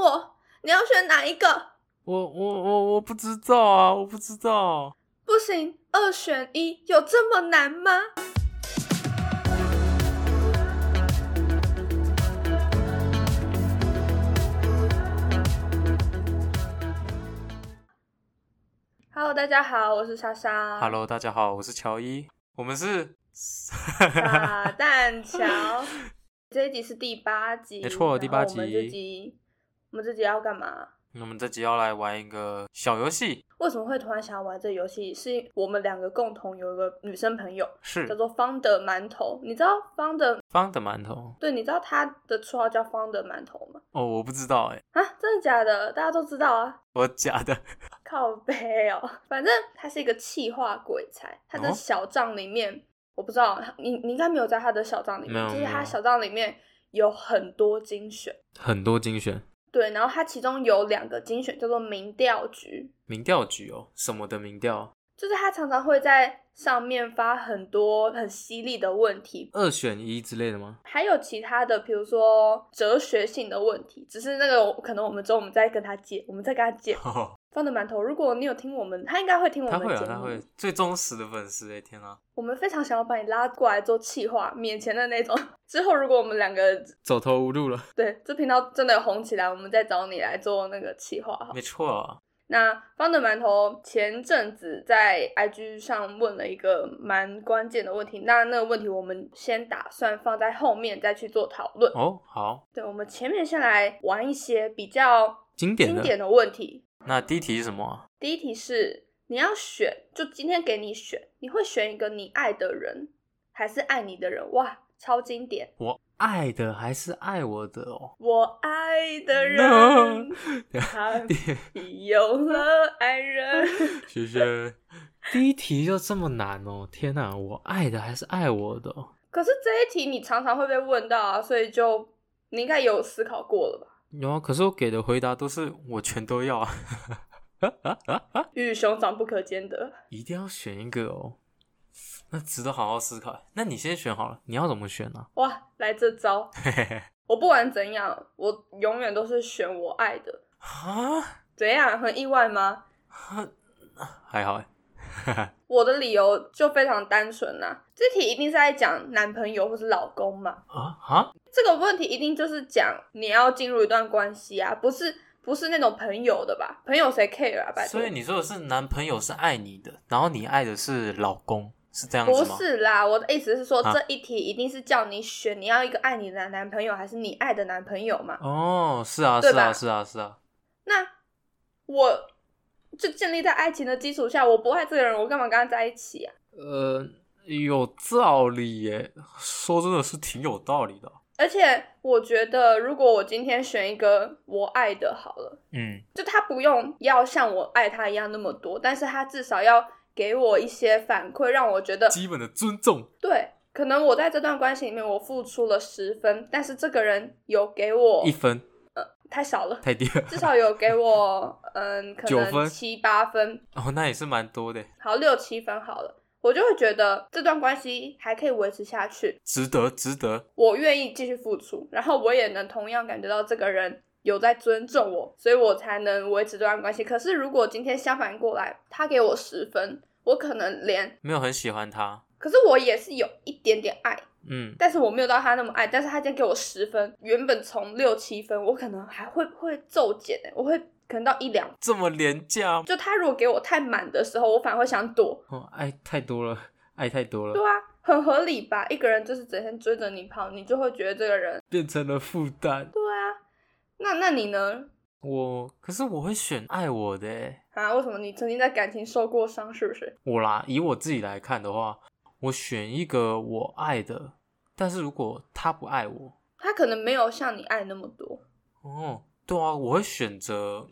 我，你要选哪一个？我我我我不知道啊，我不知道。不行，二选一，有这么难吗？Hello，大家好，我是莎莎。 Hello，大家好，我是乔伊，我们是，傻蛋乔，这一集是第八集，没错第八集然后我们这集，我们这集要干嘛？ 我们这集要来玩一个小游戏，为什么会突然想要玩这个游戏？是我们两个共同有一个女生朋友，叫是做方的馒头。你知道方的方的馒头。对，你知道她的绰号叫方的馒头吗？哦，我不知道哎、啊，真的假的？大家都知道啊，我假的。靠背哦。反正她是一个气化鬼才，她的哦小账里面、我不知道，你你应该没有在她的小账里没有面，就是没她有小账里面有很多精选。 很多精选，对，然后它其中有两个精选叫做民调局，民调局哦，什么的民调？就是他常常会在上面发很多很犀利的问题，二选一之类的 吗？还有其他的，比如说哲学性的问题。只是那个可能我们之后我们再跟他解，我们再跟他解。方的馒头，如果你有听我们，他应该会听我哦他们会的啊，节他目会。最忠实的粉丝哎、天啊，我们非常想要把你拉过来做企划，免钱的那种。 之后如果我们两个走投无路了，对这频道真的有红起来，我们再找你来做那个企划好了。没错啊，那方的馒头前阵子在 IG 上问了一个蛮关键的问题，那那个问题我们先打算放在后面再去做讨论。哦，好，对，我们前面先来玩一些比较经典经的。典的问题。那第一题是什么、啊？第一题是你要选，就今天给你选，你会选一个你爱的人，还是爱你的人？哇，超经典！我爱的还是爱我的 哦？我爱的人 No 他已 有了爱 人。谢谢。 第一题就这么难哦！天哪、我爱的还是爱我的、哦？可是这一题你常常会被问到啊，所以就你应该有思考过了吧？有啊，可是我给的回答都是我全都 要啊，鱼与熊掌不可兼得。一定要选一个哦。那值得好好思考。那你先选好了，你要怎么选啊 呢、哇，来这招！嘿嘿嘿我不管怎样，我永远都是选我爱的。啊，怎样？很意外吗？还好哎。我的理由就非常单纯啦、这题一定是在讲男朋友或是老公嘛。啊啊，这个问题一定就是讲你要进入一段关系啊，不是不是那种朋友的吧？朋友谁 care 啊？拜托所以你说的是男朋友是爱你的，然后你爱的是老公，是这样不子吗？是啦，我的意思是说，啊这一题一定是叫你选，你要一个爱你的男朋友，还是你爱的男朋友嘛？哦，是啊，对是吧啊，是啊，是啊。那我就建立在爱情的基础下，我不爱这个人，我干嘛跟他在一起啊？呃，有道理耶，说真的是挺有道理的。而且我觉得，如果我今天选一个我爱的好了，嗯，就他不用要像我爱他一样那么多，但是他至少要给我一些反馈，让我觉得 基本的尊重。对。可能我在这段关系里面，我付出了十分，但是这个人有给我呃一分太少了，太低了，至少有给我嗯，可九能分七八分，哦，那也是蛮多的，好六七分好了，我就会觉得这段关系还可以维持下去，值得，值得。我愿意继续付出，然后我也能同样感觉到这个人有在尊重我，所以我才能维持这段关系。可是如果今天相反过来，他给我十分，我可能连，没有很喜欢他，可是我也是有一点点爱，嗯，但是我没有到他那么爱，但是他今天给我十分，原本从六七分，我可能还会会骤减、欸，我会可能到一两这么廉价，就他如果给我太满的时候，我反而会想躲。哦，爱太多了，爱太多对了，啊，很合理吧？一个人就是整天追着你跑，你就会觉得这个人。变成了负担。对啊，那那你呢？我可是我会选爱我的耶，啊，为什么你曾经在感情受过伤，是不是？我啦，以我自己来看的话，我选一个我爱的，但是如果他不爱我，他可能没有像你爱那么多。哦，对啊，我会选择，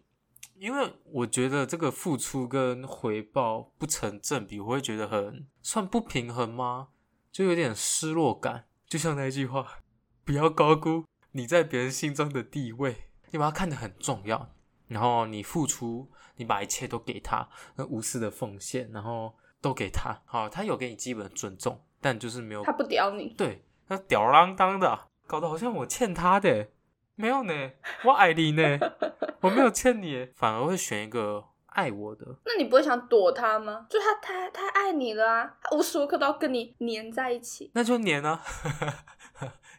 因为我觉得这个付出跟回报不成正比，我会觉得很算不平衡吗？就有点失落感。就像那一句话，不要高估你在别人心中的地位，你把它看得很重要，然后你付出，你把一切都给他，那无私的奉献，然后都给他，好，他有给你基本的尊重，但就是没有他不屌你，对，那吊儿郎当的，搞得好像我欠他的，没有呢，我爱 你呢，我没有欠你耶，反而会选一个爱我的。那你不会想躲他吗？就他他他爱你了啊，他无时无刻都要跟你黏在一起，那就黏啊。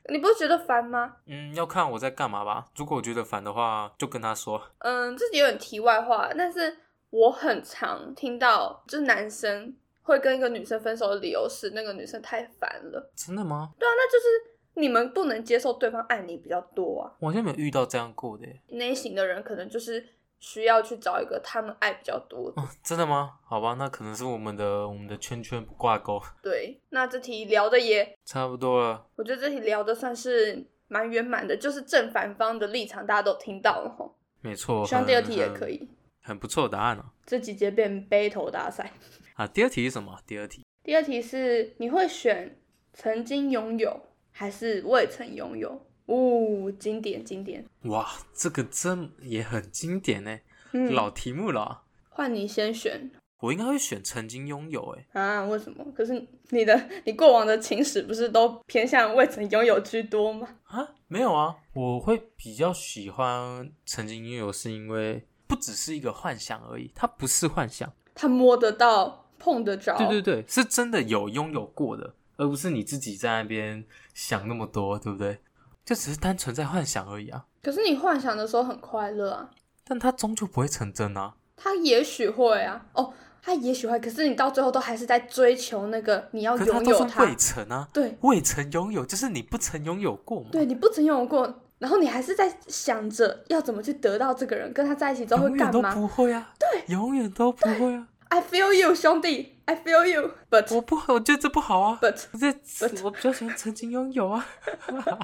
你不会觉得烦吗？ 嗯，要看我在干嘛吧。如果我觉得烦的话，就跟他说。嗯，这有点题外话，但是我很常听到，就是男生会跟一个女生分手的理由是那个女生太烦了。真的吗？对啊，那就是你们不能接受对方爱你比较多啊。我好像没有遇到这样过的耶。那一型的人可能就是需要去找一个他们爱比较多的。哦，真的吗？好吧，那可能是我们的我们的圈圈不挂钩，对，那这题聊的也，差不多了。我觉得这题聊的算是蛮圆满的，就是正反方的立场大家都听到了吼。没错，希望第二题也哦很可，以。很不错的答案哦。这几节变 battle 大赛。啊，第二题是什么？第二题，第二题是你会选曾经拥有还是未曾拥有？呜、经典经典。哇，这个真也很经典呢，嗯，老题目了啊。换你先选我应该会选曾经拥有，哎，啊？为什么？可是你的你过往的情史不是都偏向未曾拥有居多吗？啊，没有啊，我会比较喜欢曾经拥有，是因为不只是一个幻想而已，它不是幻想，他摸得到，碰得着。对对对，是真的有拥有过的，而不是你自己在那边想那么多，对不对？就只是单纯在幻想而已啊，可是你幻想的时候很快乐啊，但它终究不会成真啊。他也许会啊，哦，他也许会，可是你到最后都还是在追求那个你要可是它哦拥都有是未曾啊，对未曾拥有就是你不曾拥有过嘛。对，你不曾拥有过，然后你还是在想着要怎么去得到这个人，跟他在一起之后永会远干都嘛不会啊，对，永远都不会啊。 ？I feel you，兄弟，I feel you，but 我不，我觉得这不好啊。 but 我这我比较喜欢曾经拥有啊，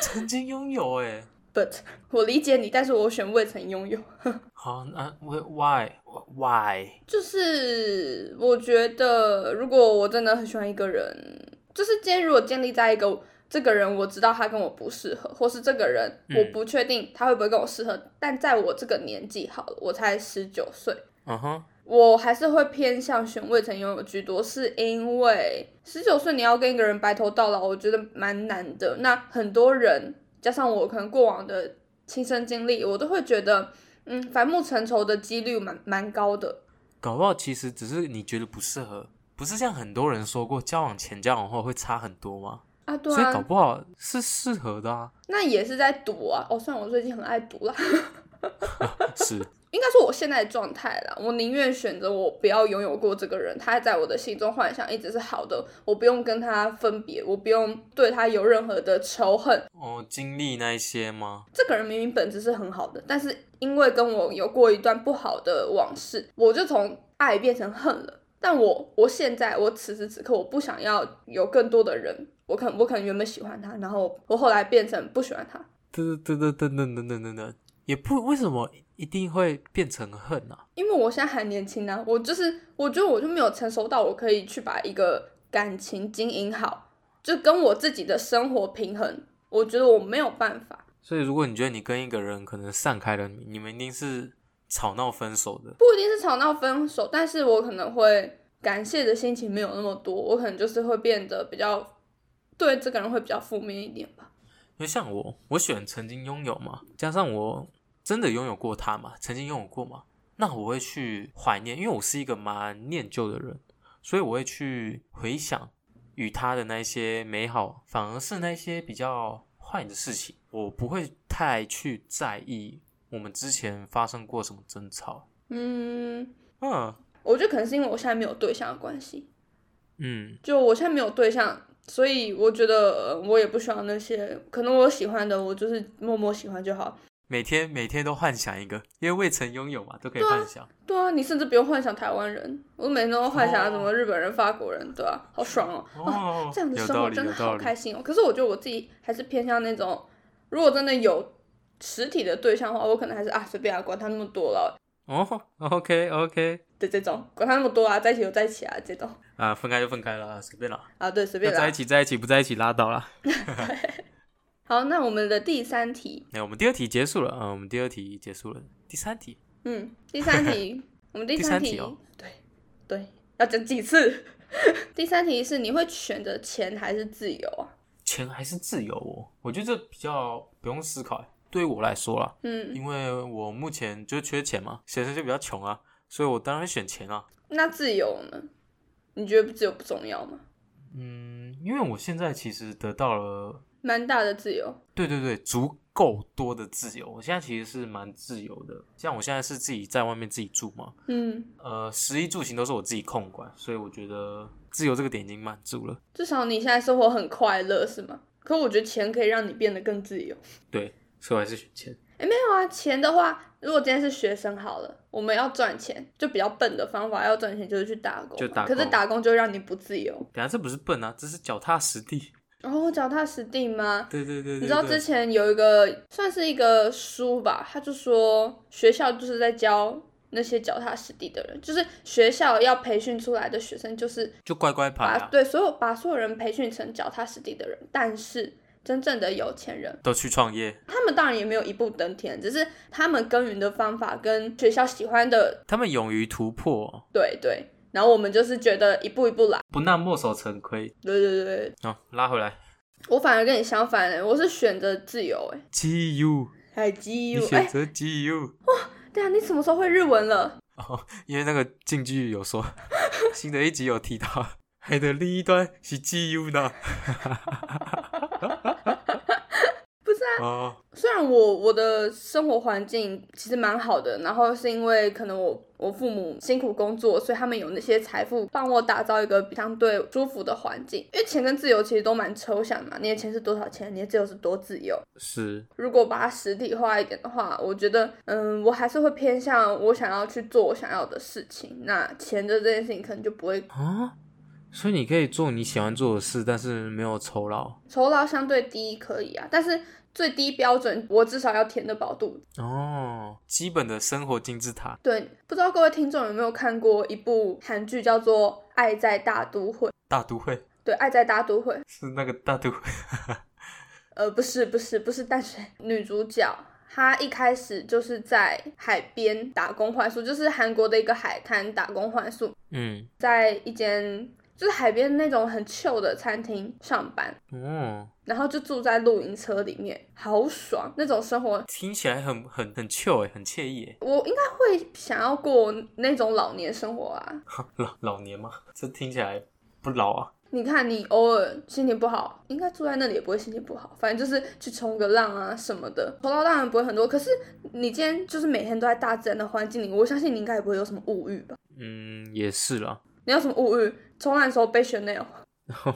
曾经拥有哎、 but，我理解你，但是我选未曾拥有，好，那我 why why 就是我觉得如果我真的很喜欢一个人，就是今天如果建立在一个。这个人我知道他跟我不适合，或是这个人嗯我不确定他会不会跟我适合，但在我这个年纪好了，我才十九岁，嗯哼，我还是会偏向选未曾拥有居多，是因为十九岁你要跟一个人白头到老，我觉得蛮难的。那很多人加上我可能过往的亲身经历，我都会觉得，嗯，反目成仇的几率蛮蛮高的。搞不好其实只是你觉得不适合，不是像很多人说过交往前交往后会差很多吗？啊，对所以搞啊，不好是适合的 啊，那也是在赌啊。哦，虽然我最近很爱赌啦， 是应该说我现在的状态啦，我宁愿选择我不要拥有过这个人，他在我的心中幻想一直是好的，我不用跟他分别，我不用对他有任何的仇恨，哦，经历那一些吗？这个人明明本质是很好的，但是因为跟我有过一段不好的往事，我就从爱变成恨了。但我我现在我此时此刻我不想要有更多的人，我可能我可能原本喜欢他，然后我后来变成不喜欢他，噔噔噔噔噔噔噔噔噔，也不为什么一定会变成恨啊？因为我现在还年轻啊，我就是我觉得我就没有成熟到我可以去把一个感情经营好，就跟我自己的生活平衡，我觉得我没有办法。所以如果你觉得你跟一个人可能散开了，你你们一定是吵闹分手的。不一定是吵闹分手，但是我可能会感谢的心情没有那么多，我可能就是会变得比较对这个人会比较负面一点吧。因为像我，我选曾经拥有嘛，加上我真的拥有过它嘛，曾经拥有过嘛，那我会去怀念，因为我是一个蛮念旧的人，所以我会去回想与他的那一些美好，反而是那些比较坏的事情，我不会太去在意我们之前发生过什么争吵。嗯，嗯我觉得可能是因为我现在没有对象的关系，嗯，就我现在没有对象，所以我觉得呃我也不需要那些，可能我喜欢的我就是默默喜欢就好。每天每天都幻想一个，因为未曾拥有嘛，都可以幻想。对啊，你甚至不用幻想台湾人，我每天都幻想哦什么日本人、法国人，对啊，好爽哦。哦，这样的有生道活理，真的有好道理。开心哦。可是我觉得我自己还是偏向那种，如果真的有实体的对象的话，我可能还是啊随便啊，管他那么多了哦，OK OK，的这种，管他那么多啊，在一起就在一起啊这种啊，分开就分开了，随便啦。啊，对，随要便在一啦。起在一起，不在一起拉倒啦。好，那我们的第三题，哎、我们第二题结束了，嗯，我们第二题结束了，第三题，嗯，第三 题，我们第第三三题，题哦对对，要讲几次？ 第三题是你会选择钱还是自由啊？钱还是自由哦？我觉得这比较不用思考。对于我来说啦，嗯，因为我目前就缺钱嘛，学生就比较穷啊，所以我当然会选钱啊。那自由呢？你觉得自由不重要吗？嗯，因为我现在其实得到了，蛮大的自由，对对对，足够多的自由。我现在其实是蛮自由的，像我现在是自己在外面自己住嘛，嗯，呃，食衣住行都是我自己控管，所以我觉得自由这个点已经满足了。至少你现在生活很快乐是吗？可我觉得钱可以让你变得更自由。对，所以我还是选钱。没有啊，钱的话，如果今天是学生好了，我们要赚钱，就比较笨的方法，要赚钱就是去打工嘛。就打可是工打工就会让你不自由。等下这不是笨啊，这是脚踏实地。然后脚踏实地吗？ 对对对对你知道之对前有一个算是一个书吧，他就说学校就是在教那些脚踏实地的人，就是学校要培训出来的学生，就是就乖乖牌把啊，对所有把所有人培训成脚踏实地的人。但是真正的有钱人，都去创业。他们当然也没有一步登天，只是他们耕耘的方法跟学校喜欢的，他们勇于突破，哦对对。然后我们就是觉得一步一步来，不那墨守成规。对对对对。哦，拉回来我反而跟你相反、欸，我是选择自由、欸， ，GU，哎，还有 G 你 U，选哎，择 GU，、对啊，你什么时候会日文了？因为那个进剧有说， 新的一集有提到，海的另一端是 GU 呢。 不是啊， 哦，虽然我我的生活环境其实蛮好的，然后是因为可能我我父母辛苦工作，所以他们有那些财富帮我打造一个相对舒服的环境。因为钱跟自由其实都蛮抽象嘛，你的钱是多少钱，你的自由是多自由。是如果把它实体化一点的话，我觉得，嗯，我还是会偏向我想要去做我想要的事情。那钱的这件事情可能就不会啊，所以你可以做你喜欢做的事，但是没有酬劳。酬劳相对低可以啊，但是最低标准我至少要填得饱肚子。哦，基本的生活金字塔。对，不知道各位听众有没有看过一部韩剧，叫做《爱在大都会》。大都会 对，《爱在大都会》。是那个大都会，呃，不是，不是，不是淡水女主角。她一开始就是在海边打工换宿，就是韩国的一个海滩打工换宿，嗯，在一间就是海边那种很 chill 的餐厅上班，哦，然后就住在露营车里面，好爽！那种生活，听起来很很很 chill 哎，很惬意哎。我应该会想要过那种老年生活啊。 老老年吗？这听起来不老啊。你看，你偶尔心情不好，应该住在那里也不会心情不好，反正就是去冲个浪啊什么的，酬劳当然不会很多，可是你今天就是每天都在大自然的环境里，我相信你应该也不会有什么物欲吧？嗯，也是啦。 你有什么物欲？冲浪的时候背 Chanel，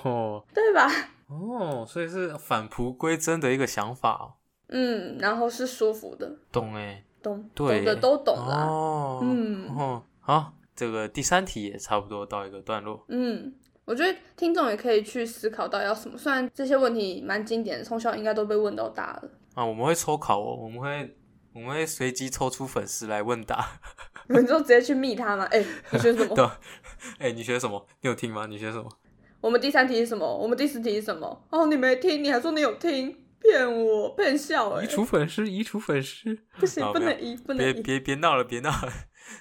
哦对吧？ 哦，所以是返璞归真的一个想法、哦，嗯，然后是舒服的，懂哎？懂对懂的都懂啦。哦，嗯哦，好，这个第三题也差不多到一个段落。嗯，我觉得听众也可以去思考到要什么，虽然这些问题蛮经典的，从小应该都被问到大了。 啊，我们会抽考哦，我们会我们会随机抽出粉丝来问答。你就直接去密他嘛？哎、你学什么？对，哎、你学什么？你有听吗？你学什么？我们第三题是什么？我们第四题是什么？哦，你没听，你还说你有听，骗我，骗笑哎、移除粉丝，移除粉丝，不行，好不啊没有能移，不能别移。别别闹了，别闹了。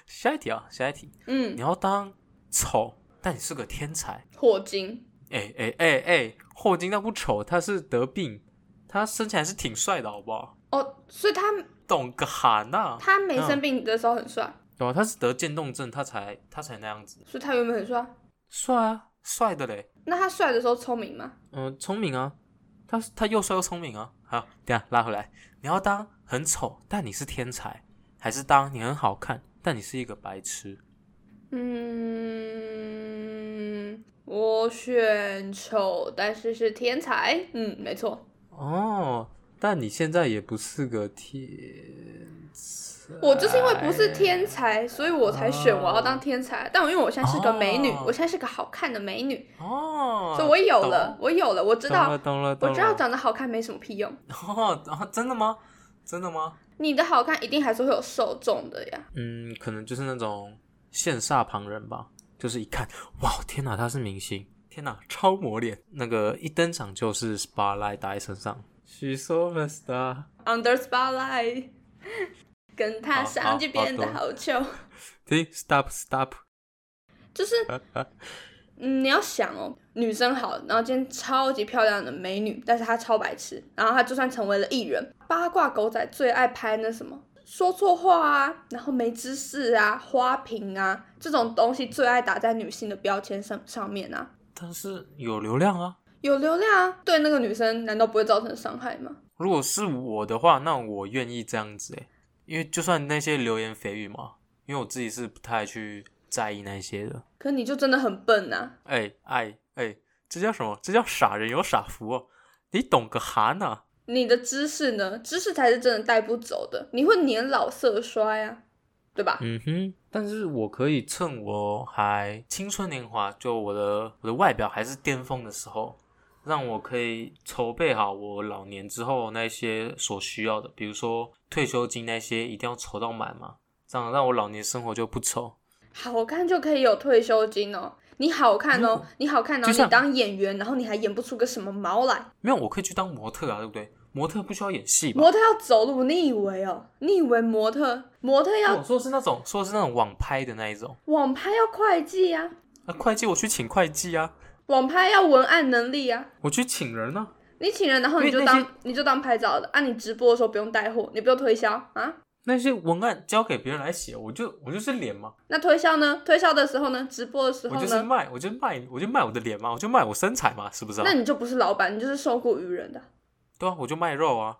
下一题啊，下一题，嗯你，要当丑，但你是个天才。霍金，哎哎哎哎，霍金他不丑，他是得病，他身材还是挺帅的，好不好？哦，所以他懂个哈呐，他没生病的时候很帅，对吧？他是得渐冻症，他才他才那样子，所以他原本很帅。帅啊，帅的嘞，那他帅的时候聪明吗？嗯、聪明啊，他他又帅又聪明啊。好，等一下拉回来，你要当很丑，但你是天才，还是当你很好看，但你是一个白痴？嗯，我选丑，但是是天才。嗯，没错，哦，但你现在也不是个天才，我就是因为不是天才，所以我才选我要当天才。但我因为我现在是个美女，哦我现在是个好看的美女，哦，所以我有懂了，我有了，我知道懂了懂了，我懂了知道长得好看没什么屁用，哦，啊，真的吗？真的吗？你的好看一定还是会有受众的呀。嗯，可能就是那种羡煞旁人吧，就是一看，哇，天哪，他是明星，天哪，超模脸，那个一登场就是 spotlight 打在身上。She's so a star。 Under spotlight，跟他好好相聚变得好糗。停，stop stop。 就是，嗯，你要想哦，女生好，然后今天超级漂亮的美女，但是她超白痴，然后她就算成为了艺人，八卦狗仔最爱拍那什么说错话啊，然后没知识啊、花瓶啊这种东西最爱打在女性的标签上上面啊，但是有流量啊。有流量啊，对那个女生难道不会造成伤害吗？如果是我的话，那我愿意这样子诶、欸因为就算那些流言蜚语嘛，因为我自己是不太去在意那些的。可你就真的很笨啊呐、哎哎哎，这叫什么？这叫傻人有傻福哦，你懂个哈呢？你的知识呢？知识才是真的带不走的，你会年老色衰啊，对吧？嗯哼，但是我可以趁我还青春年华，就我的我的外表还是巅峰的时候，让我可以筹备好我老年之后那些所需要的，比如说退休金那些一定要筹到满嘛，这样让我老年生活就不愁。好看就可以有退休金哦。你好看哦，你好看，然嗯就后像你当演员，然后你还演不出个什么毛来。没有，我可以去当模特啊，对不对？模特不需要演戏吧？模特要走路，你以为哦？你以为模特模特我要说的是那种，说的是那种网拍的那一种。网拍要会计啊，啊，会计我去请会计啊，网拍要文案能力啊。我去请人啊。你请人，然后你因为就那些当你就当拍照的啊！你直播的时候不用带货，你不用推销啊？那些文案交给别人来写，我就我就是脸嘛，那推销呢？推销的时候呢？直播的时我候就是呢？卖，我就卖，我就卖我的脸嘛，我就卖我身材嘛，是不是、啊那？你就不是老板，你就是受雇于人的。对啊，我就卖肉啊，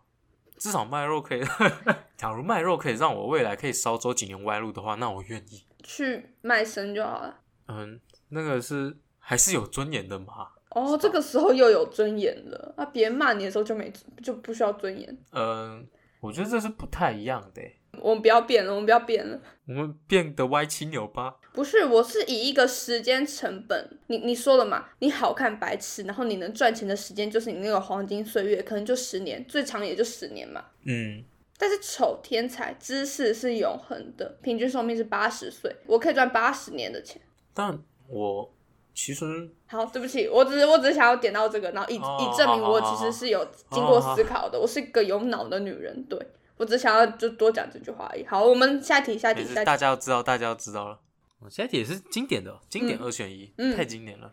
至少卖肉可以。 假如卖肉可以让我未来可以少走几年歪路的话，那我愿意。去卖身就好了。嗯，那个是还是有尊严的嘛。哦，这个时候又有尊严了啊！别人骂你的时候就没就不需要尊严。嗯，我觉得这是不太一样的欸。我们不要变了，我们不要变了。我们变得歪七扭八，不是，我是以一个时间成本，你你说了嘛，你好看白痴，然后你能赚钱的时间就是你那个黄金岁月，可能就十年，最长也就十年嘛。嗯，但是丑、天才、知识是永恒的，平均寿命是八十岁，我可以赚八十年的钱。但我其实好，对不起，我只是我只是想要点到这个，然后以、哦以证明好我好其好哦实是有经过思考的，我是一个有脑的女人。对，我只想要就多讲这句话而已。好，我们下题，下也题，是下大题。家要知道，大家要知道了。我现在也是经典的，哦经典二选一，嗯太经典了。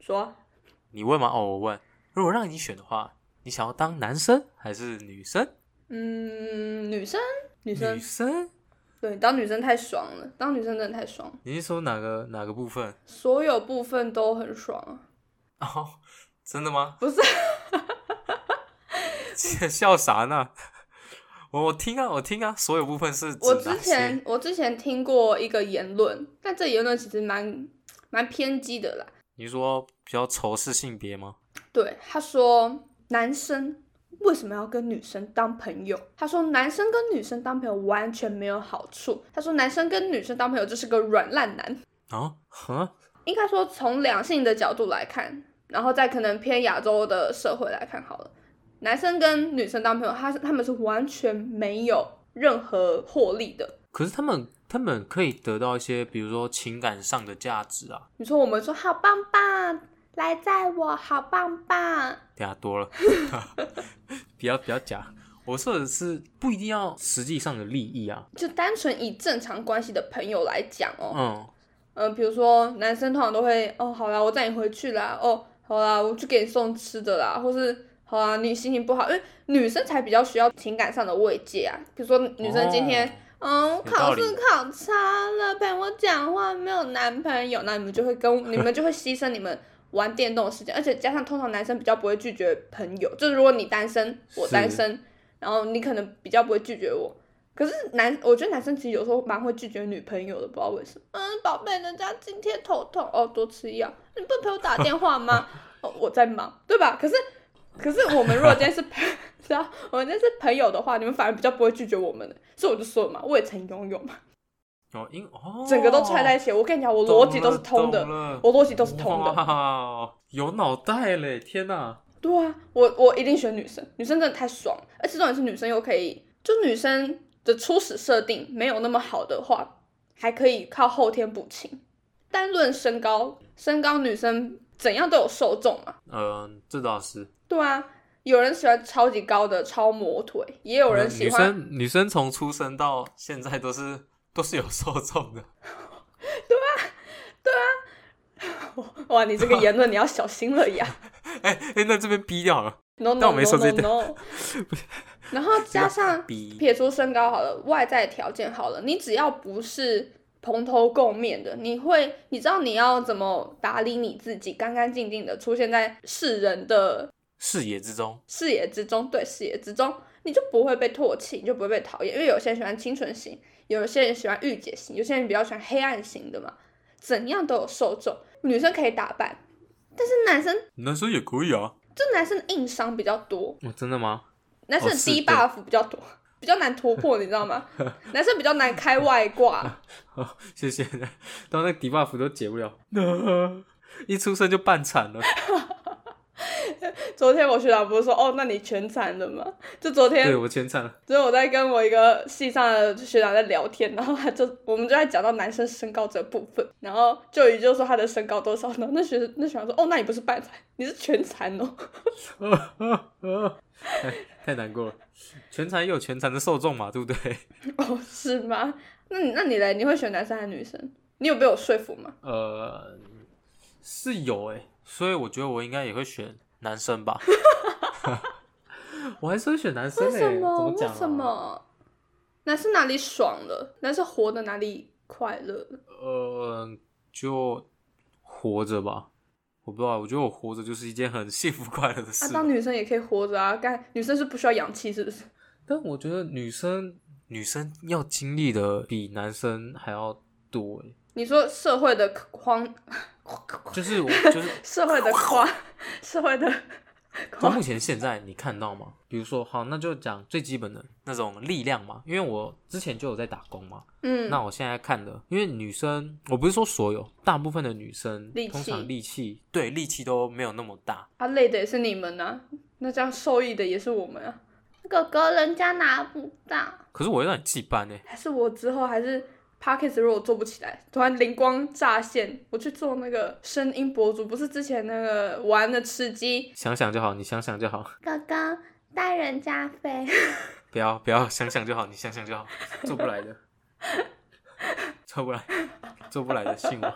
说，啊你问吗？哦，我问。如果让你选的话，你想要当男生还是女生？嗯，女生，女生，生？对，当女生太爽了，当女生真的太爽了，你是说哪个哪个部分？所有部分都很爽啊。哦，真的吗？ 不是，笑啥呢？我我听啊，我听啊，所有部分是指我哪之些前我之前听过一个言论，但这言论其实蛮蛮偏激的啦。你说比较仇视性别吗？对，他说男生为什么要跟女生当朋友？他说男生跟女生当朋友完全没有好处。他说男生跟女生当朋友就是个软烂男。啊，哼，应该说从两性的角度来看，然后再可能偏亚洲的社会来看好了，男生跟女生当朋友，他是他们是完全没有任何获利的。可是他们他们可以得到一些，比如说情感上的价值啊，你说我们说好棒棒，来载我，好棒棒。等下多了， 比较比较假。我说的是不一定要实际上的利益啊，就单纯以正常关系的朋友来讲哦，嗯，嗯，比如说男生通常都会哦，好啦，我载你回去啦，哦，好啦，我去给你送吃的啦，或是好啦，你心情不好，因为女生才比较需要情感上的慰藉啊。比如说女生今天，嗯，哦道考理试考差了，陪我讲话，没有男朋友，那你们就会跟你们就会牺牲你们玩电动的时间，而且加上通常男生比较不会拒绝朋友，就是如果你单身，我是单身，然后你可能比较不会拒绝我，可是男，我觉得男生其实有时候蛮会拒绝女朋友的，不知道为什么。嗯，宝贝，人家今天头痛哦，多吃药。你不陪我打电话吗？哦，我在忙，对吧？可是，可是我们如果今天是朋， 是啊，我们今天是朋友的话，你们反而比较不会拒绝我们的。所以我就说了嘛，我也曾拥有嘛，嗯哦，因哦，整个都揣在一起。我跟你讲，我逻辑都是通的，的我逻辑都是通的。哇，有脑袋嘞！天哪，对啊，我我一定选女生，女生真的太爽了，而且重点是女生又可以，就女生的初始设定没有那么好的话，还可以靠后天补齐。单论身高，身高女生怎样都有受众嘛。嗯、这倒是。对啊，有人喜欢超级高的超模腿，也有人喜嗯女欢，生女生从出生到现在 都是都是有受众的，哇，你这个言论你要小心了 呀哎哎，那这边逼掉了， ！No no 但 no 我没说 no 这 no。然后加上逼撇除身高好了，外在条件好了，你只要不是蓬头垢面的，你会你知道你要怎么打理你自己，干干净净的出现在世人的视野之中。视野之中，对视野之中，你就不会被唾弃，你就不会被讨厌。因为有些人喜欢清纯型，有些人喜欢御姐型，有些人比较喜欢黑暗型的嘛，怎样都有受众。女生可以打扮，但是男生男生也可以啊。就男生的硬伤比较多，哦，真的吗？男生的哦是低对 buff 比较多， 比较难突破，你知道吗？ 男生比较难开外挂，哦，谢 谢。到那个 debuff 都解不了，一出生就半 残了。昨天我学长不是说哦，那你全残了吗？就昨天对我全残了。 所以我在跟我一个系上的学长在聊天，然后他就我们就在讲到男生身高这部分，然后就也就说他的身高多少，然后那学那学长说哦，那你不是半残，你是全残哦。 太太难过了。全残也有全残的受众嘛，对不对？哦，是吗？那你那你嘞，你会选男生还是女生？你有被我说服吗？呃，是有哎、所以我觉得我应该也会选男 生吧。我还是会选男生为哎、什怎么？为讲、啊？什？么？男生哪里爽了？男生活的哪里快乐了？呃，就活着吧。我不知道，我觉得我活着就是一件很幸福快乐的那、事。啊啊当女生也可以活着啊，干女生是不需要氧气是不是？但我觉得女生女生要经历的比男生还要多欸，你说社会的框，就是我 就是社会的框，社会的到目前现在你看到吗？比如说，好，那就讲最基本的那种力量嘛，因为我之前就有在打工嘛，嗯，那我现在看的，因为女生，我不是说所有，大部分的女生力气通常力气对力气都没有那么大，啊，累的也是你们呐、那这样受益的也是我们啊。哥哥，人家拿不到，可是我会让你记班欸呢，还是我之后还是 p o c k e t 如果做不起来，突然灵光乍现，我去做那个声音博主，不是之前那个玩的吃鸡，想想就好，你想想就好， 哥哥带人家飞，不要不要想想就好，你想想就好，做不来的， 做不来，做不来的，信我。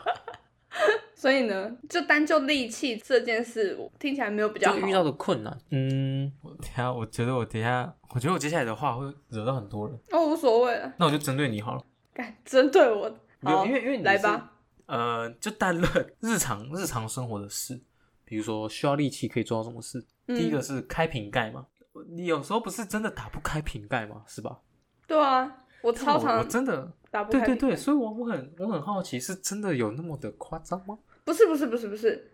所以呢，就单就力气这件事，我听起来没有比较就好。遇到的困难。嗯，我等一下，我觉得我等一下，我觉得我接下来的话会惹到很多人。哦，无所谓了，那我就针对你好了，敢针对我，没有好因为因为你来是吧，呃，就谈论日常日常生活的事，比如说需要力气可以做到什么事。嗯第一个是开瓶盖嘛，你有时候不是真的打不开瓶盖嘛，是吧？对啊，我超我我常真的，打不对开对比对，所以我我很我很好奇，是真的有那么的夸张吗？不是不是不是不是，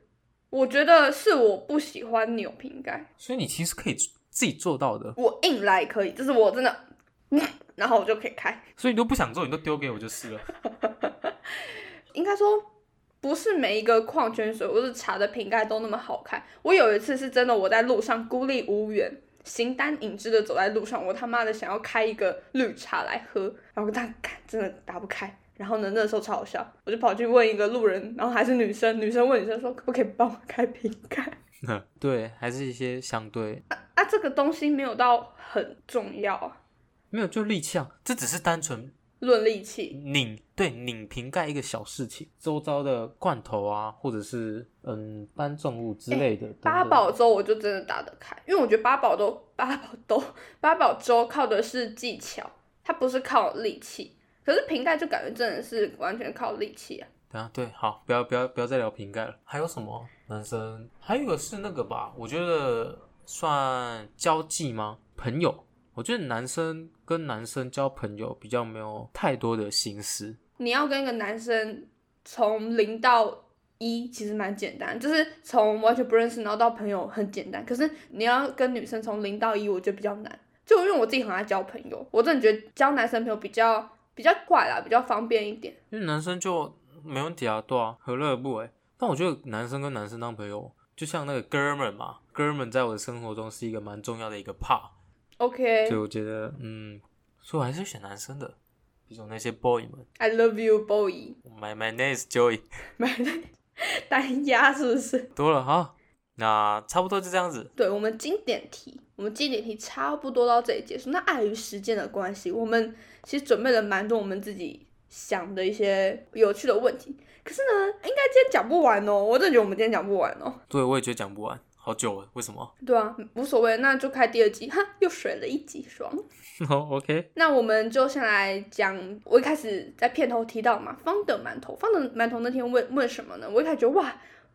我觉得是我不喜欢扭瓶盖，所以你其实可以自己做到的，我硬来可以，就是我真的， 嗯然后我就可以开。所以你都不想做，你都丢给我就是了。 应该说不是每一个矿泉水或是茶的瓶盖都那么好看。我有一次是真的，我在路上孤立无援。形单影只的走在路上，我他妈的想要开一个绿茶来喝，然后但干真的打不开。然后呢，那时候超好笑，我就跑去问一个路人，然后还是女生，女生问女生说可不可以帮我开瓶盖？对，还是一些相对啊，这个东西没有到很重要啊，没有，就力气啊，这只是单纯论力气。拧对拧瓶盖一个小事情，周遭的罐头啊，或者是嗯搬重物之类的。等等八宝粥我就真的打得开，因为我觉得八宝粥、八宝粥、八宝粥靠的是技巧，它不是靠力气。可是瓶盖就感觉真的是完全靠力气啊。等一下对，好，不要不要不要再聊瓶盖了。还有什么男生？还有一个是那个吧，我觉得算交际吗？朋友，我觉得男生跟男生交朋友比较没有太多的心思。你要跟一个男生从零到一，其实蛮简单，就是从完全不认识然后到朋友很简单。可是你要跟女生从零到一，我觉得比较难。就因为我自己很爱交朋友，我真的觉得交男生朋友比较比较快啦，比较方便一点。因为男生就没问题啊，对啊，何乐而不为？但我觉得男生跟男生当朋友，就像那个哥们嘛，哥们在我的生活中是一个蛮重要的一个 part，所以 OK，I 我觉得，嗯，所以我还是选男生的，比如那些 boy 们 love you boy。 ，my my name is Joey，买了单压是不是？多了哈，那差不多就这样子，对，我们经典题，我们经典题差不多到这里结束。那碍于时间的关系，我们其实准备了蛮多我们自己想的一些有趣的问题。可是呢，应该今天讲不完哦，我真的觉得我们今天讲不完哦。对，我也觉得讲不完，好久了，为什 么对啊，无所谓，那就开第二集，哈，又水了一集，爽。哦？OK，那我们就先来讲，我一开始在片头提到嘛，方的馒头，方的馒头那天问问什么呢？我一开始觉得哇，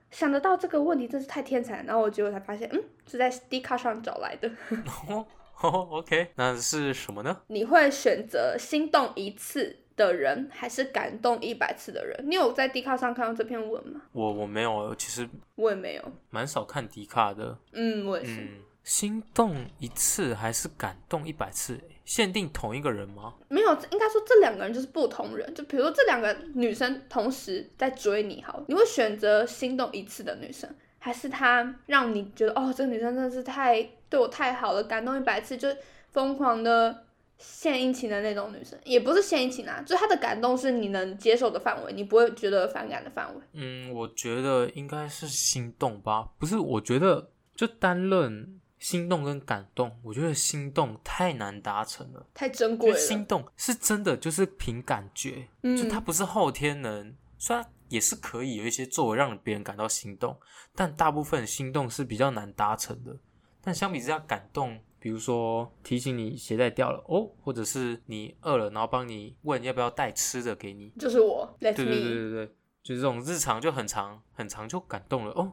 想得到这个问题真是太天才了，然后我结果才发现，嗯，是在 D 卡上找来的。 哦，OK，那是什么呢？你会选择心动一次的人，还是感动一百次的人？你有在 D 卡上看到这篇文吗？我我没有，其实我也没有。蛮少看迪卡的。嗯，我也是。嗯，心动一次还是感动一百次？限定同一个人吗？没有，应该说这两个人就是不同人。就比如说这两个女生同时在追你，好了，你会选择心动一次的女生，还是她让你觉得哦，这个女生真的是太对我太好了，感动一百次，就是疯狂的献殷勤的那种女生？也不是献殷勤啊，就她的感动是你能接受的范围，你不会觉得反感的范围。嗯，我觉得应该是心动吧。不是，我觉得就单论心动跟感动，我觉得心动太难达成了。太珍贵就了，是心动是真的，就是凭感觉，就它嗯，不是后天能，虽然也是可以有一些作为让别人感到心动，但大部分心动是比较难达成的。但相比之下，感动，比如说提醒你鞋带掉了哦，或者是你饿了，然后帮你问要不要带吃的给你，就是我，Let 对对对 me，对对，就这种日常就很长很长就感动了哦，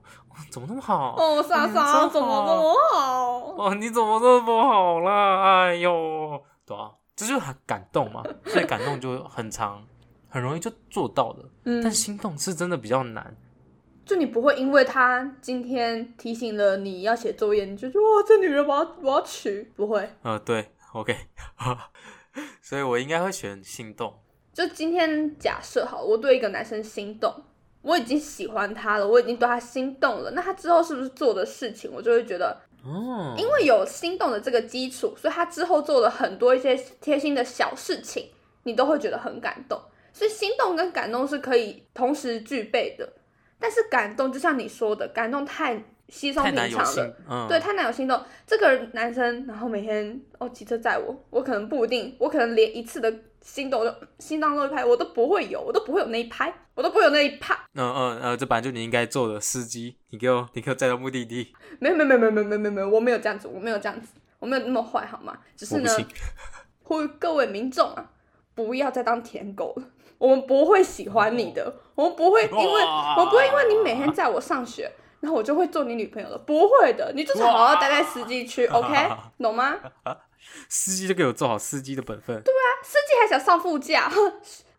怎么那么好？哦，莎嗯莎、真怎么那好么好？哦，你怎么这么好啦？哎呦，对啊，这就是很感动嘛，所以感动就很长，很容易就做到的。嗯，但心动是真的比较难，就你不会因为她今天提醒了你要写作业，你就说哇，这女人我要我要娶，不会。呃，对，OK，所以我应该会选心动。就今天假设好，我对一个男生心动，我已经喜欢他了，我已经对他心动了，那他之后是不是做的事情，我就会觉得，哦，因为有心动的这个基础，所以他之后做了很多一些贴心的小事情，你都会觉得很感动。所以心动跟感动是可以同时具备的，但是感动就像你说的，感动太稀松太平难有常了心，，嗯，对，太难有心动。这个男生，然后每天哦骑车载我，我可能不一定，我可能连一次的心动就心脏漏一拍，我都不会有，我都不会有那一拍，我都不会有那一拍。嗯嗯呃，这本来就你应该做的，司机，你给我，你给我载到目的地，没有没有没有没有没有没有没有没有，我没有这样子，我没有这样子，我没有那么坏好吗？只我是不呢，信。呼吁各位民众啊，不要再当舔狗了。我们不会喜欢你的，我们不会因为，哦哇我不会因为你每天载我上学，然后我就会做你女朋友的，不会的，你就是好好待在司机区，OK，懂 吗？司机就给我做好司机的本分。司机还想上副驾， 哼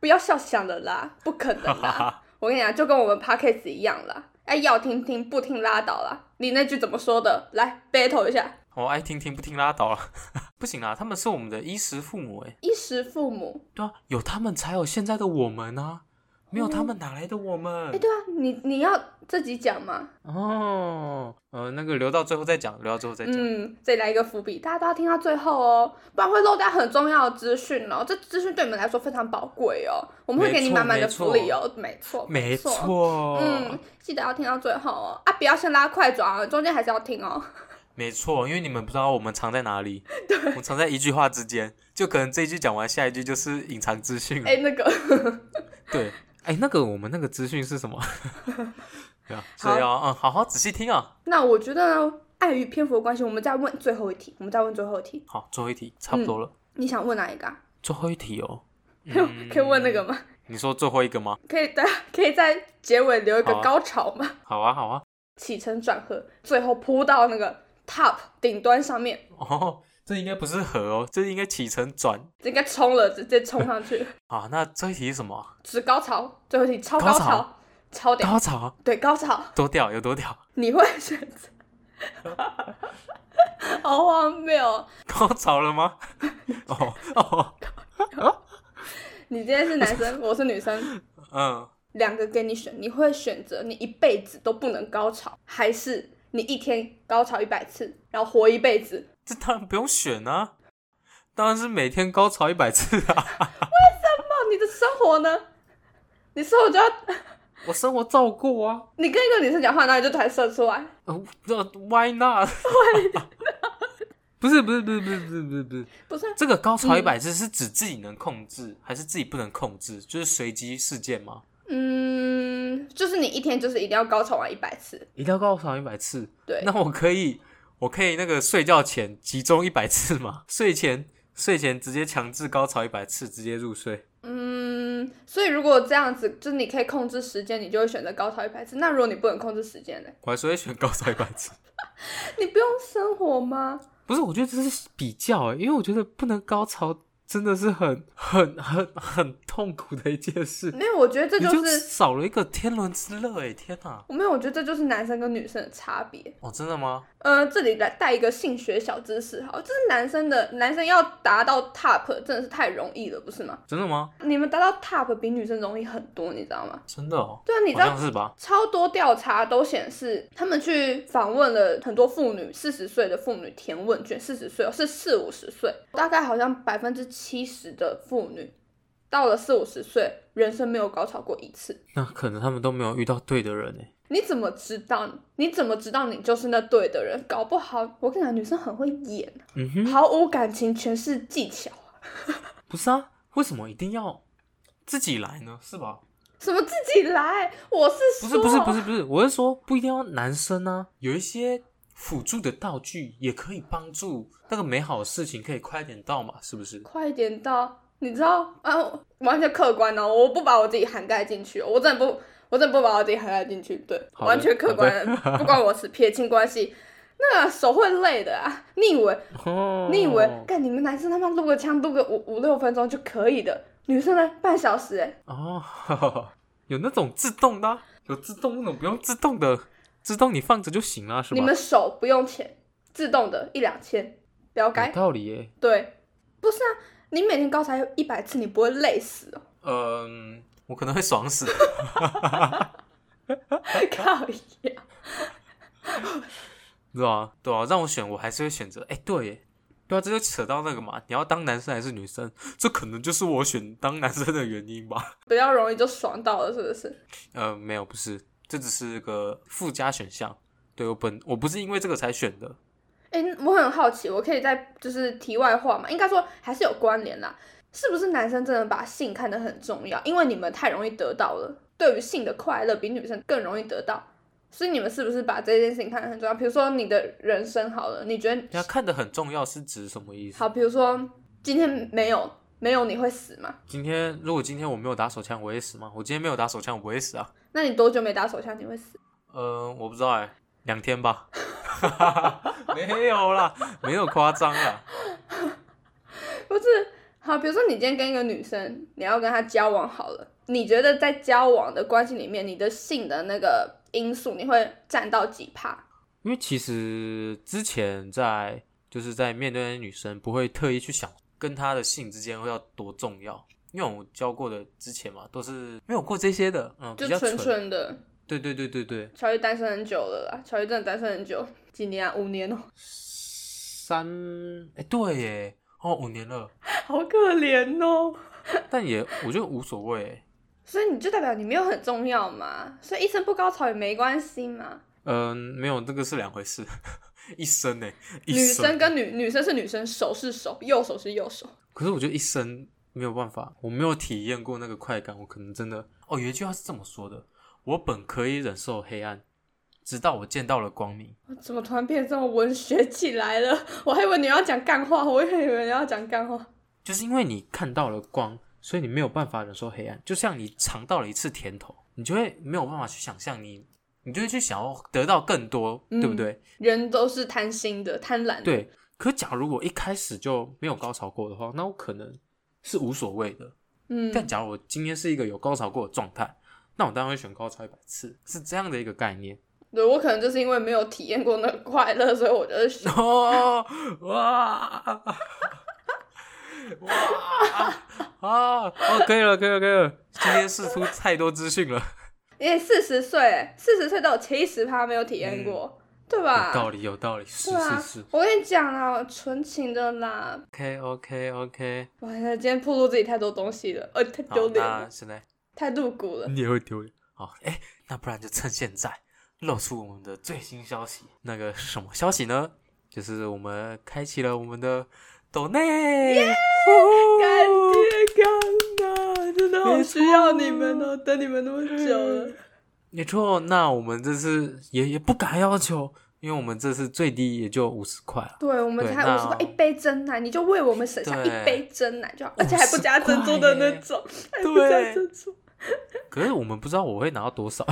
不要笑想了啦，不可能啦！我跟你讲，就跟我们 podcast 一样啦，哎，要听听，不听拉倒啦。你那句怎么说的？来 battle 一下，我、爱听听不听拉倒了， 不行啦，他们是我们的衣食父母哎、衣食父母。对啊，有他们才有现在的我们啊，没有他们哪来的我哎，们？对啊，你你要自己讲嘛。哦，呃，那个留到最后再讲，留到最后再讲。嗯，这里来一个伏笔，大家都要听到最后哦，不然会漏掉很重要的资讯哦。这资讯对你们来说非常宝贵哦，我们会给你没错满满的福利哦。没错，没错。错，嗯，记得要听到最后哦，啊，不要先拉快转哦，中间还是要听哦。没错，因为你们不知道我们藏在哪 里，我们藏在一句话之间，就可能这一句讲完，下一句就是隐藏资讯了。哎，那个。对，哎，那个我们那个资讯是 什么？对啊，好所以啊，嗯，好好仔细听啊。那我觉得呢，碍于篇幅的关系，我们再问最后一题，我们再问最后一题。好，最后一题差不多了，你想问哪一个、啊？ 最后一题哦。嗯可以问那个吗？你说最后一个吗？可以的，可以在结尾留一个好啊高潮吗？好啊，好啊。起承转合，最后扑到那个 top 顶端上面，哦，这应该不是和哦，这应该起承转应该冲了，直接冲上 去，啊，那这一题是什么啊？是高潮，最后一题超高高潮超屌，高潮对高潮，多屌有多屌，你会选择？ 好荒谬哦！高潮了 吗？哦哦，你今天是男生，我是女生，嗯，两个给你选，你会选择你一辈子都不能高潮，还是你一天高潮一百次，然后活一辈子？这当然不用选啊，当然是每天高潮一百次啊，哦，你的生活呢？你生活就要， 我生活照顾啊，你呃跟一个女生讲话，然后你就突然射出来，呃，那 Why not？不是不是不是不是不是不是不是，不是啊这个高潮一百次是指自己能控制，还是自己不能控制？就是随机事件吗？嗯，就是你一天就是一定要高潮完一百次，一定要高潮一百次？对那我可以，我可以那个睡觉前集中一百次吗？睡前睡前直接强制高潮一百次，直接入睡。嗯，所以如果这样子，就是你可以控制时间，你就会选择高潮一百次。那如果你不能控制时间呢？我还是会选高潮一百次。你不用生活吗？不是，我觉得这是比较、欸，因为我觉得不能高潮真的是很 很很很痛苦的一件事，没有，我觉得这你就，就是少了一个天伦之乐哎、欸天哪、我没有，我觉得这就是男生跟女生的差别。哦，真的吗？呃，这里来带一个性学小知识，好，就是男生的男生要达到 top 真的是太容易了，不是吗？真的吗？你们达到 top 比女生容易很多，你知道吗？真的哦，对啊，你知好道像是吧？超多调查都显示，他们去访问了很多妇女，四十岁的妇女填问卷，四十岁哦，是四五十岁，大概好像百分之七十的妇女到了四五十岁，人生没有高潮过一次。那可能他们都没有遇到对的人哎、你怎么知道？你怎么知道你就是那对的人？搞不好，我跟你讲，女生很会演，嗯哼，毫无感情，全是技巧。不是啊，为什么一定要自己来呢？是吧？什么自己来？我是不说，啊是不是不是不是，我是说不一定要男生啊，有一些辅助的道具也可以帮助那个美好的事情可以快点到嘛，是不是？快点到，你知道啊，我完全客观哦，我不把我自己涵盖进去，哦我真的不，我真的不把我自己涵盖进去，对，好的完全客观好，的 不关我事，撇清关系。那个手会累的啊！你以为哦你以为，干、你们男生他妈录个枪录个五五六分钟就可以的，女生呢半小时哎、哦， 有那种自动的啊、有自动那种不用自动的，自动你放着就行了，是吧？你们手不用钱，自动的一两千，了有解？道理耶。对，不是啊，你每天高潮一百次，你不会累死哦？嗯，我可能会爽 死。靠呀！对啊，对啊，让我选，我还是会选择。哎，对耶，对啊，这就扯到那个嘛，你要当男生还是女生，这可能就是我选当男生的原因吧。 比较容易就爽到了，是不是？呃，没有，不是，这只是个附加选项。对我本我不是因为这个才选的。哎、我很好奇，我可以在就是题外话嘛，应该说还是有关联啦。是不是男生真的把性看得很重要？因为你们太容易得到了，对于性的快乐比女生更容易得到，所以你们是不是把这件事情看得很重要？比如说你的人生好了，你觉得那啊看的很重要是指什么意思？好，比如说今天没有没有你会死吗？今天如果今天我没有打手枪，我会死吗？我今天没有打手枪，我不会死啊。那你多久没打手枪你会死？呃，我不知道哎、两天吧。 没有啦，没有夸张啦。不是，好，比如说你今天跟一个女生，你要跟她交往好了，你觉得在交往的关系里面，你的性的那个因素，你会占到几趴？因为其实之前在就是在面对那些女生，不会特意去想跟她的性之间会要多重要，因为我教过的之前嘛都是没有过这些的，嗯，就比较纯纯。纯的。对对对对对，乔伊单身很久了啦，乔伊真的单身很久，几年啊？五年哦，三哎、对耶，哦五年了， 好可怜哦。但也我觉得无所谓欸耶。所以你就代表你没有很重要嘛，所以一生不高潮也没关系嘛。嗯，没有，这个是两回事， 一生呢，一女生生跟女女生是女生，手是手，右手是右手。可是我觉得一生没有办法，我没有体验过那个快感，我可能真的哦，有一句话是这么说的：我本可以忍受黑暗，直到我见到了光明。我怎么突然变得这么文学起来了？我还以为你要讲干话，我也以为你要讲干话。就是因为你看到了光，所以你没有办法忍受黑暗。就像你尝到了一次甜头，你就会没有办法去想象你，你就会去想要得到更多，嗯对不对？人都是贪心的、贪婪的。，对。可假如我一开始就没有高潮过的话，那我可能是无所谓的。嗯，但假如我今天是一个有高潮过的状态，那我当然会选高潮一百次，是这样的一个概念。 对我可能就是因为没有体验过那个快乐，所以我就是哦，哇，哇啊！哦，可以了，可以了，可以了。今天试出太多资讯了，因为四十岁，四十岁都有七十趴没有体验过，对吧？嗯有道理，有道理，是啊对啊，是是。我跟你讲啊，纯情的啦， OK，OK，OK。哇，今天暴露自己太多东西了，呃，太好丢，脸那嗯了，现在太露骨了。你也会丢脸。好，哎，那不然就趁现在露出我们的最新消息。那个是什么消息呢？就是我们开启了我们的抖内，干呼呼爹干呐，真的好需要你们哦，等你们那么久 了。没错。那我们这次也也不敢要求，因为我们这次最低也就五十块了。对，我们对才那五十块一杯真奶，你就为我们省下一对杯真奶就好，而且还不加珍珠的那种，还 不对加珍珠。可是我们不知道我会拿到多少。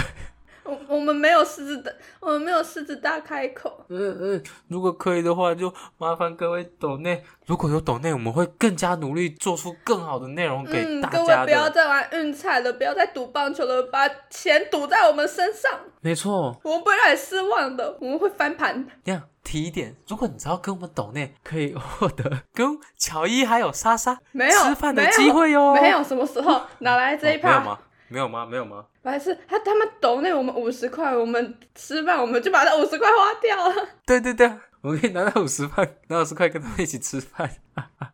我我们没有狮子的，我们没有狮子大开口。嗯嗯，如果可以的话，就麻烦各位抖内。如果有抖内，我们会更加努力做出更好的内容给嗯，大各位家不要的。再玩运彩了，不要再赌棒球了，把钱赌在我们身上，没错，我们不会让你失望的，我们会翻盘。这样提一点，如果你只要跟我们抖内，可以获得跟乔伊还有莎莎没有吃饭的没有机会哟。没有什么时候哪来这一哦没有趴？吗？没有吗？没有吗？白痴，他他们抖那我们五十块，我们吃饭我们就把那五十块花掉了。对对对，我们可以拿到五十块，拿五十块跟他们一起吃饭。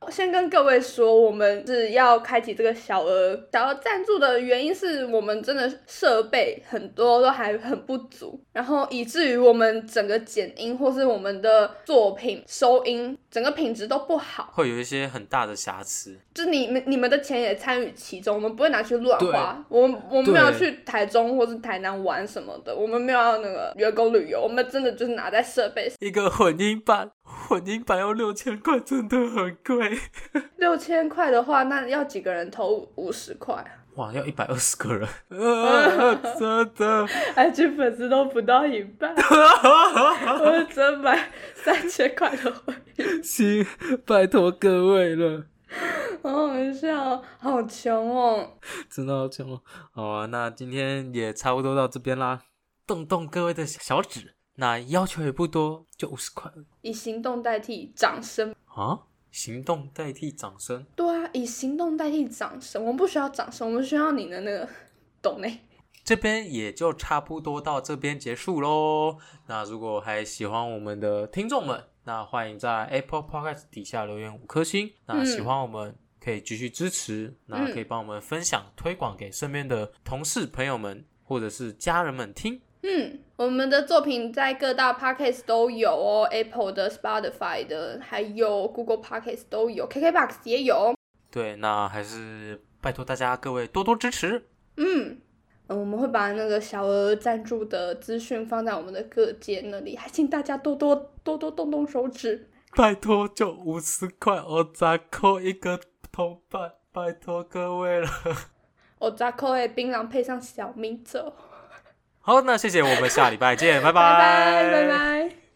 我先跟各位说，我们是要开启这个小额小额赞助的原因是我们真的设备很多都还很不足，然后以至于我们整个剪音或是我们的作品收音，整个品质都不好。会有一些很大的瑕疵。就是你们你们的钱也参与其中，我们不会拿去乱花。我们我们对没有去台中或是台南玩什么的，我们没有要那个员工旅游，我们真的就是拿在设备上。一个混音版，混音版要六千块，真的很贵。六千块的话，那要几个人投五十块啊？哇，要一百二十个人，呃，真的， IG 粉丝都不到一半， 我只买三千块的回，行，拜托各位了，好好笑哦，好穷哦！真的好穷哦。好啊，那今天也差不多到这边啦，动动各位的小指，那要求也不多，就五十块以行动代替掌声，啊，行动代替掌声。对啊，以行动代替掌声，我们不需要掌声，我们需要你的那个懂内。这边也就差不多到这边结束喽。那如果还喜欢我们的听众们，那欢迎在 Apple Podcast 底下留言五颗星。那嗯喜欢我们可以继续支持，那可以帮我们分享推广给身边的同事朋友们或者是家人们听。嗯，我们的作品在各大 podcast 都有哦，Apple 的、Spotify 的，还有 Google podcast 都有，KKBox 也有哦。对，那还是拜托大家各位多多支持。嗯，呃我们会把那个小额赞助的资讯放在我们的各界那里，还请大家多多多多动动手指。拜托，就五十块，我咋扣一个铜板？拜托各位了。我扎扣诶，槟榔配上小米酒，好，那谢谢，我们下礼拜见，拜拜拜拜拜。